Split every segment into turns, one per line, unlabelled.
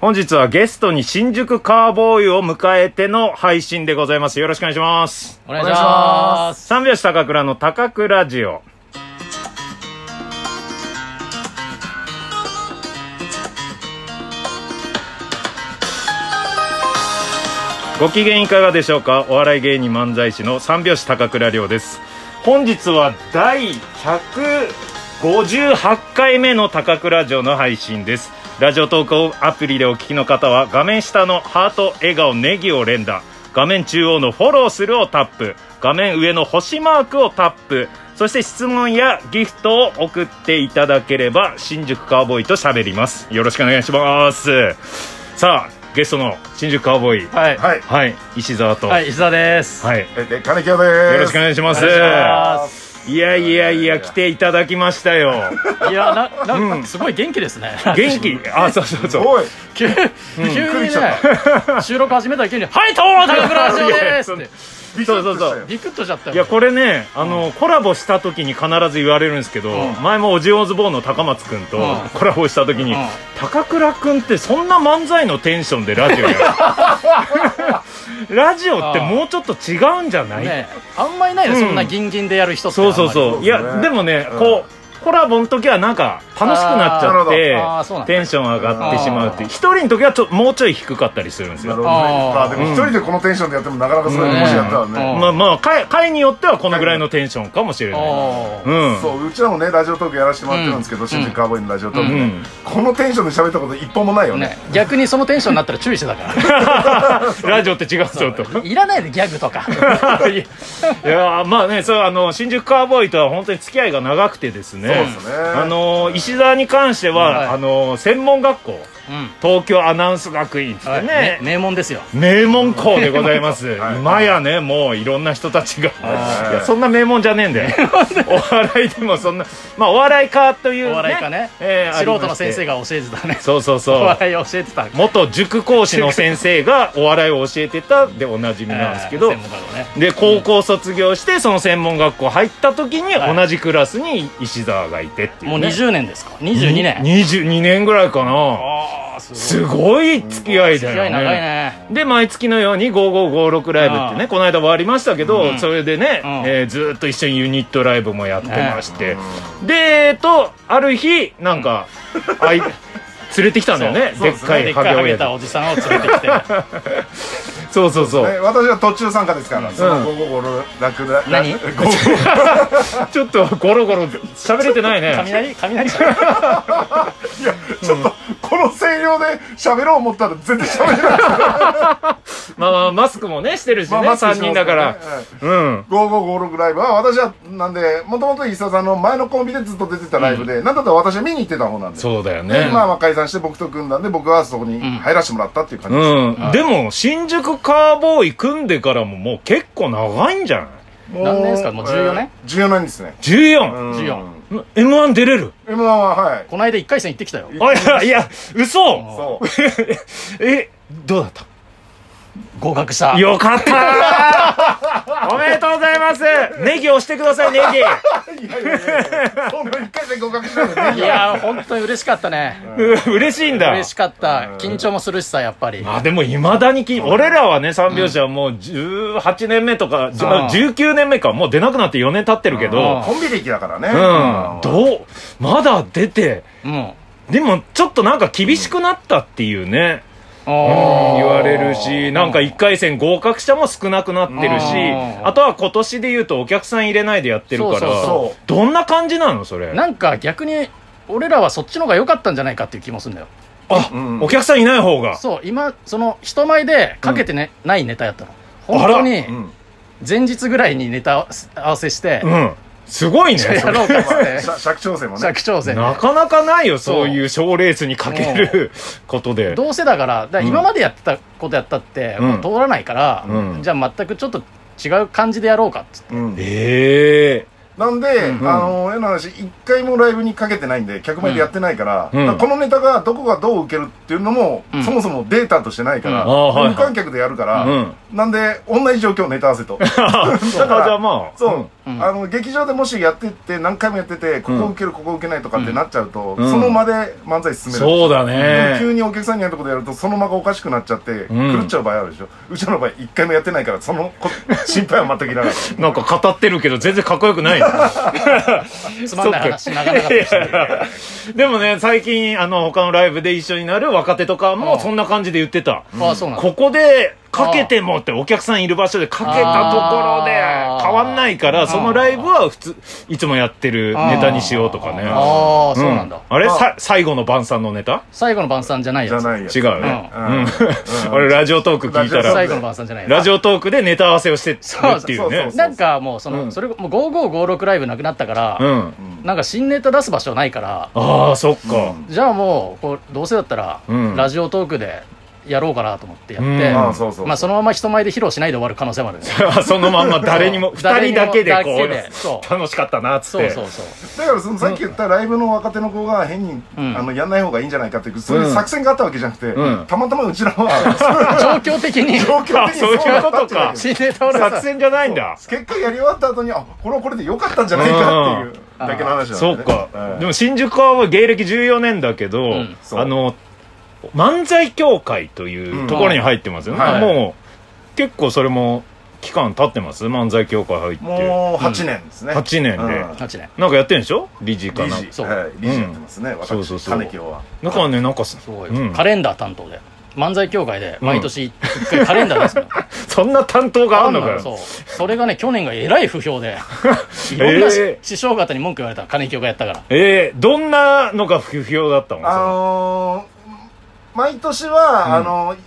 本日はゲストに新宿カーボーイを迎えての配信でございます。よろしくお願いします。
お願いします。
三拍子高倉の高倉ジオ。ご機嫌いかがでしょうかお笑い芸人漫才師の三拍子高倉涼です。本日は第158回目の高倉城の配信です。ラジオ投稿アプリでお聞きの方は画面下のハート、笑顔、ネギを連打。画面中央のフォローするをタップ。画面上の星マークをタップ。そして質問やギフトを送っていただければ新宿カウボーイと喋ります。よろしくお願いします。さあ、ゲストの新宿カウボーイ。
はい。は
はい。
はい、石澤と。
い、石田です。
はい
え、で、金木屋です。
よろしくお願いします。
お願いします
いやいやいや、来ていただきましたよ。
いや、な、なんかすごい元気ですね。
元気あ、そうそうそう。
おい、
急急に
びっくり
ね
しちゃ、
収録始めたら急に、はい、どうも、高倉城で
い
すっ
や
て。
ビクッとし
そ
たよ
うそうそう
びくっとしちゃった
いや、
よ。
これね、あの、コラボした時に必ず言われるんですけど、
うん
前もオジオズボーンの高松くんと
うん
コラボした時に、
うん
高倉くんってそんな漫才のテンションでラジオやる ラジオってもうちょっと違うんじゃない、
ね、あんまりないね、
うん
そんなギンギンでやる人って。
そうそうそう。い
そうです
や、
ね
でもね、
うん
こう、コラボの時はなんか楽しくなっちゃっ
あーあー
て
そうなんだ
テンション上がってしまうっていう一人の時はちょもうちょい低かったりするんです
なる
よ
ほどね。
あー
まあ、でも一人でこのテンションでやってもなかなかそれ面白やったら
うん
ね。
まあまあ回回によってはこのぐらいのテンションかもしれない
あ
う
ー。
ん
そう、うちらもね、ラジオトークやらせてもらってるんですけど、新宿カーボーイのラジオトーク
う
ね
ん。
このテンションで喋ったこと一本もないよ
ね
ね。、
逆にそのテンションになったら注意してたか
ラジオって違うぞと
ら。いらないでギャグとか。
いやいやーまあねそうあの新宿カーボーイとは本当に付き合いが長くてですね
そうですね
あのー石澤に関しては、
はい
あのー専門学校
うん。
東京アナウンス学院っつって
はい
ね、
ね、名門ですよ。
名門校でござい ます、
はい
今やねもういろんな人たちが
はい
いやそんな名門じゃねえん だよお 笑いでもそんなまあお笑い科という、ね、
お笑いかね、
えー
素人の先生
が
が教えてたね。
そうそう
お
そう
笑いを教えてた。
元塾講師の先生がお笑いを教えてたでおなじみなんですけど、
えー専門家のね。
で高校卒業してその専門学校入った時に
はい
同じクラスに石澤がいてっていう、
も
ね、
う20年ですか22年
22年ぐらいかな
ああす
すごい付き合いだ
付
よね
き合い長いね
で毎月のように5556ライブって
あ
ね
あ
この間終わりましたけど、
うん
それでね、
うん
えーずーっと一緒にユニットライブもやってまして、でえっとある日なんか、あい連れてきたんだよね
そう
でっか
で
い
っか
ハ
いハ
ゲ
ゲた
親
おじさんを連れてきて
父そうそうそう、
ね私は途中参加ですから、その午後頃、楽だ。
何
午後
ちょっとゴロゴロ喋れてないね
雷雷じゃない
いや、ちょっと、この声量で喋ろう思ったら全然喋れない。
まあまあマスクもねしてる しね、
まあマスク
3
してますね
人だから、
はい
うん
5556ライブは私はなんでもともと伊佐さんの前のコンビでずっと出てたライブで、なんだったら私は見に行ってた方なんで
そうだよ
で
ね
まあまあ解散して僕と組んだんで僕はそこに入らせてもらったっていう感じです、
うん、でも新宿カーボーイ組んでからももう結構長いんじゃない
もう
何年ですかもう14年
えー14年ですね
?14、
14
m 1出れる
m 1ははい
この間1回戦行ってきたよ
あいやいや嘘
そう
えどうだっ
合格した
たよかったー おめでとうございますネギ押してくださいネ
いやいやいや そんな一回で合格しないの
い
ね
やー本当に嬉しかったね
ギう 嬉しいんだ
嬉しかった緊張もするしさやっぱり
まあでもいまだにき俺らはね三拍子はもう18年目とか、じゃあ19年目かもう出なくなって4年経ってるけど
コンビ歴だからね
う
うんん
どうまだ出て
うん
でもちょっとなんか厳しくなったっていうね、
おー
言われるしなんか1回戦合格者も少なくなってるし
うん
あとは今年で言うとお客さん入れないでやってるから
そうそう
そ
どんな感じなのそれ
なんか逆に俺らはそっちの方が良かったんじゃないかっていう気もするんだよ
あ、
うん
お客さんいない方が
そう今その人前でかけてねないネタやったの
あ
本
ら
当に
うん
前日ぐらいにネタ合わせして
うんすごいね
やろうかっつって
しゃ尺調整もね
尺調整
なかなかないよそういう賞レースにかけることで
どうせだからだから今までやってたことやったって、
うん
もう通らないから、
うん
じゃあ全くちょっと違う感じでやろうかっつって
うん
ええ
なんで、あの、変な話、一回もライブにかけてないんで、客前でやってないから、
うん
だからこのネタがどこがどう受けるっていうのも、
うん
そもそもデータとしてないから、
う
あ
ん
ーはいはい
無観客でやるから、
うん
なんで、同じ状況ネタ合わせと。だか
だからじゃあまあ
そう、
うん
あの劇場でもしやってって何回もやっててここ受けるここ受けないとかってなっちゃうと、
うん
その間で漫才進める
そうだね
急にお客さんにやることやるとその間がおかしくなっちゃって
うん
狂っちゃう場合あるでしょ、うちらの場合一回もやってないからそのこ心配は全くいらない
なんか語ってるけど全然かっこよくない
つまんない話なかなかったですね
でもね最近あの他のライブで一緒になる若手とか
あ
も
あ
そんな感じで言ってた
ああそうなんだ
ここでかけてもってお客さんいる場所でかけたところで
ああ
変わんないからそのライブは普通いつもやってるネタにしようとかね
ああそうなんだ、
あれ
ああ
さ最後の晩餐のネタ
最後の晩餐じゃない
じ
や
ゃ
つ
ないよ
違うね
う
うんん
うん
俺ラジオトーク聞いた
最
ら
後の晩餐じゃないやつ
ラジオトークでネタ合わせをしてるっていう
そうそう
ね
そう
なんかもうその、
うん
それもう5556ライブなくなったから、
うん
なんか新ネタ出す場所ないから
ああそっか
うん
じゃあもうこうどうせだったら、
うん
ラジオトークでやろうかなと思ってやって、
うん
ああそうそう
まあ、そのまま人前で披露しないで終わる可能性もあるね
そのまんま誰にも2
誰
人
にも
だけでこ
だけでそう
う楽しかったなっつっ
そう
て
そうそう
だからそのさっき言ったライブの若手の子が変に、
うん
あのやんない方がいいんじゃないかっていうそういう作戦があったわけじゃなくて、
うん
たまたまうちらは
状況的 に
状況的にそうなったって
あ
だけ
そ
新ネタを出
作戦じゃないんだ
結果やり終わった後にあこれはこれでよかったんじゃないかっていう
うん
だけの話なんだ
そ
よ
う
ね
か
ん
でも新宿は芸歴14年だけど
ん
そう
あの漫才協会というところに入ってますよね
うんはい
もう結構それも期間経ってます漫才協会入って
もう8年ですね、
8年で
うん
8年
なんかやってんでしょ理事か
理
な
事
そう
はい、理事やってますね、私
そうそうそう
金清は
だからねなんかす
すごい、
うん
カレンダー担当で漫才協会で毎年一回カレンダー出すの、
そんな担当 があるのか
そ
よ
うそれがね去年がえらい不 評でいろんなし、
えー
師匠方に文句言われた金清がやったから
えーどんなのが不評だったの
あのー、毎年は、
うん
あのー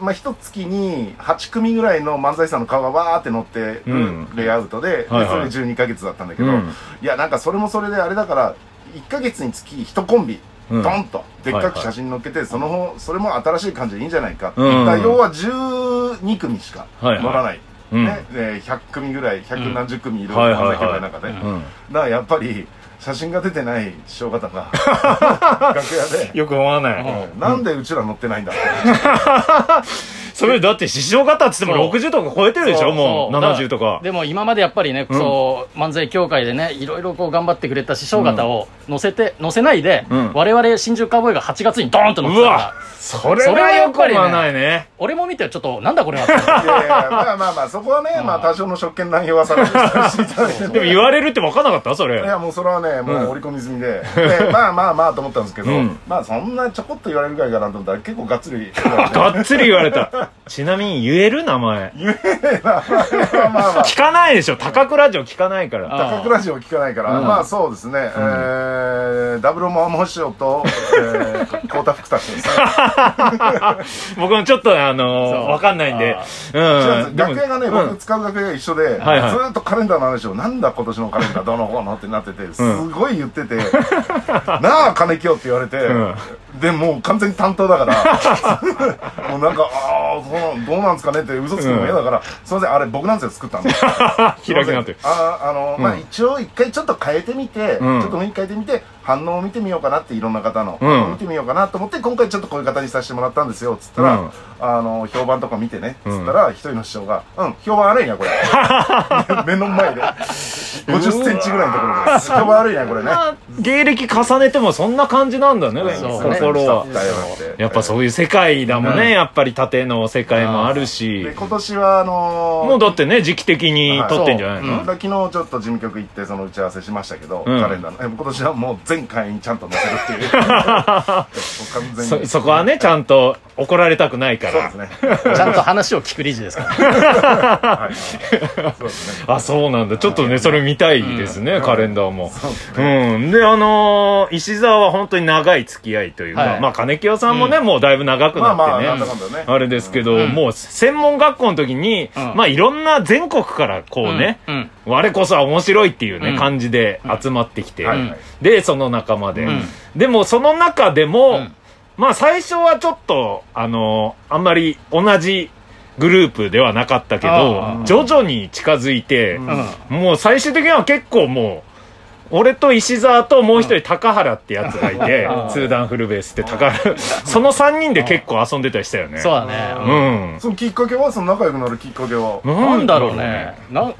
まあ、一月に8組ぐらいの漫才師さんの顔がわーって載って
う
る
ん
レイアウトで,、
はいはい
でそれ12ヶ月だったんだけど、
うん
いやなんかそれもそれであれだから1ヶ月につき1コンビ、
うん
ドンとでっ
はい
か
は
く
い
写真載っけて、その方それも新しい感じでいいんじゃないか,、
うん
だから要は12組しか
はい
載
はい
らない、
うん
ねで100組ぐらい100何十組いる
うんはいはいはい
漫才協会の中で、
うん
だからやっぱり写真が出てない師匠方 が楽屋で
よく思わない、
なんでうちら乗ってないんだって
それだって師匠方っつっても60とか超えてるでし
そ
ょ
う
もう
そう
70とか
でも今までやっぱりね、そう漫才協会でねいろいろこう頑張ってくれた師匠方を乗せて、乗せないで、
うん
我々新宿カウボーイが8月にドーンと乗って
う
たか
わ
ら
それはよく思わないね
俺も見てちょっとなんだこれはって
いやいやまあまあまあそこはね、まあ多少の職権乱用はされていただいて
でも言われるって分かんなかったそ
い
れ
やもうそれはねも
ん
う織り込み済みで,、でまあまあまあと思ったんですけど、
うん
まあそんなちょこっと言われるぐらいかなと思ったら結構がっつり
がっつり言われたちなみに言える名前
まあまあまあ
聞かないでしょ高倉城聞かないから
あ
高倉市を聞かないから、まあそうですね、えー、ダブルモーモン師匠と、え ー、幸田福太師匠ですね
僕もちょっとあの
そ
ー
う
分かんないんで
あ
う
違うんんです楽屋がね、
うん
僕使う楽屋が一緒で、ず
はいはい
ーっとカレンダーの話を、なんだ今年のカレンダーどうのこうのってなってて、すごい言って て、なあ、金清って言われて、
う
で、もう完全に担当だから、 もうなんか、ああ、そうどうなんですかねって嘘つくのも嫌だから、すいません、あれ僕なんですよ、作ったの。
開きなってる
あーあの、まあ一応一回ちょっと変えてみて、
うん
ちょっと雰囲気変えてみて反応を見てみようかなっていろんな方の、
うん
見てみようかなと思って今回ちょっとこういう形にさせてもらったんですよつったら、
うん
あの評判とか見てねつったら、一人の師匠が「うん評判悪 いなこれ」目の前で5 0センチぐらいのところで「評判悪いなこれね」
まあ芸歴重ねてもそんな感じなんだね
そうね
心は
だよって
やっぱそういう世界だもんねやっぱり縦の世界もあるし
で今年はあのー
もうだってね時期的に撮ってんじゃない
うん
の
昨日ちょっと事務局行ってその打ち合わせしましたけど、
うん
カレンダーのえ今年はもう全会員ちゃんと載せるってい うもう完全
そ
に
そこはねちゃんと怒られたくないか
そうで
ら
す ね
ちゃんと話を聞く理事ですから
はいそうですね
あそうなんだちょっとねそれ見たいですね、カレンダーも
そうです
う
ね
んであのー石澤は本当に長い付き合いというか、
はい
まあ金清さんもね、もうだいぶ長くなってね、
まあまあなんだかんだね
あれですけど、
うん
もう専門学校の時に、
うん
まあいろんな全国からこうね、
うんうん
我こそは面白いっていうね、
うん
感じで集まってきて、
はいはい
でその仲間で、
うん
でもその中でも、
うん
まあ最初はちょっとあのあんまり同じグループではなかったけ
あ
ど
あ
徐々に近づいて、
うん
うん
もう最終的には結構もう俺と石澤ともう一人高原ってやつがい て
うん
ツーダンフルベースって高原その3人で結構遊んでたりしたよね
そうだ
う
ね、
ん
そのきっかけはその仲良くなるきっかけは
なんだろうねな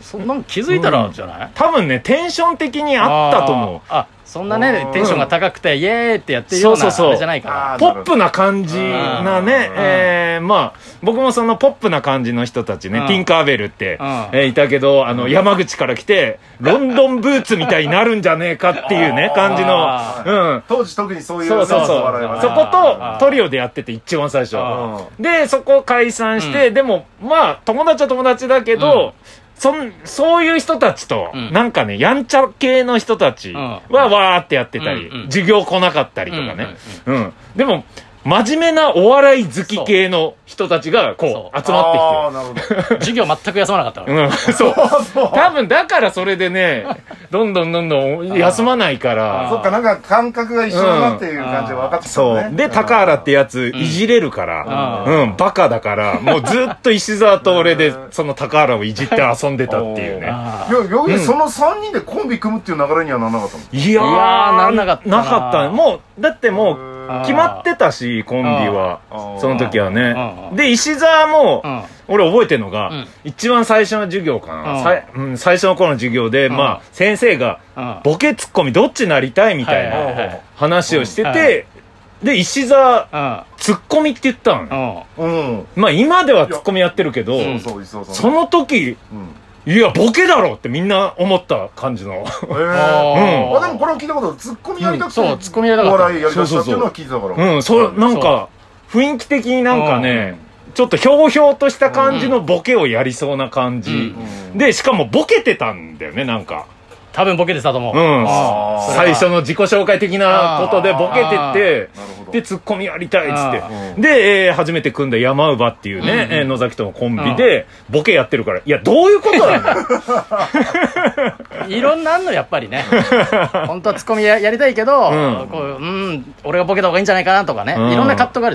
そんなん気づいたらじゃない、
多分ねテンション的にあったと思う
あーあそんな
う
ね
ん
テンションが高くてイエーイってやってるよう
そ
な
うそうそう
あれじゃないか
あー
ポップな感じなね
うん、
えーまあ僕もそのポップな感じの人たち
う
ね
ん
ティンカーベルって、
うん
えーいたけどあの山口から来てロンドンブーツみたいになるんじゃねえかっていうね感じ
あ
のうん
当時特にそういう
そうそうそう
お笑いはね
そこと
あー
トリオでやってて一番最初
あ
でそこ解散して、でもまあ友達は友達だけど、そんそういう人たちと、
うん
なんかねやんちゃ系の人たちは
うん
わーってやってたり、
うんうん
授業来なかったりとかね、うんでも真面目なお笑い好き系の人たちがこう
そ
集まってき
う
てる
あーなるほど
授業全く休まなかったから、
うん、そう。
あそ う
多分だからそれでね、どんどんどんどん休まないから。
あー
そっかなんか感覚が一緒だなっていう感じは分かってた
そ
ね
う。で、高原ってやつ、いじれるから、うん、バカだから、もうずっと石沢と俺で、その高原をいじって遊んでたっていうね。
あ
いや逆にその3人でコンビ組むっていう流れにはならなかったの
いやー、
うわーなんなかったな
なかった。もう、だってもう、
ー
決まってたし、コンビは
あー。
その時は
うん
ね
う。ん
で、石沢も
う、ん
俺覚えてるのが、
ん
一番最初の授業かな、
うん
さいうん最初の頃の授業で、
ん
まあ先生が
うん
ボケツッコミどっちになりたいみたい
はい
な
はいはい
話をして
うん
て、で石沢
う
ツッコミって言ったのね、
んうん
うん
まあ今ではツッコミやってるけど、
ん
そうそうそう
その時
うん
いやボケだろってみんな思った感じの
へー
うん
あでもこれは聞いたことあるツッコミやりたくて
うんそうツッコミやりたかっ
お
た
笑いやりたくてっていうのは聞いてたから
うんそうなんか雰囲気的になんかね、ちょっとひょうひょうとした感じのボケをやりそうな感じ、
うん
でしかもボケてたんだよねなんか。
多分ボケてたと思
う
う、
ん
あーそれ
最
は
初の自己紹介的なことでボケて
なるほ
って
ど
でツッコミやりたいっつ
あ
っ
ー
てで、えー初めて組んだ山姥っていうね、
うんうん
えー野崎とのコンビでボケやってるからいやどういうことなんだよ
いろんなあんのやっ ぱりね本当はツッコミややりたいけど、
うん
こううん俺がボケた方がいいんじゃないかなとかね、
うん
いろんな葛藤がある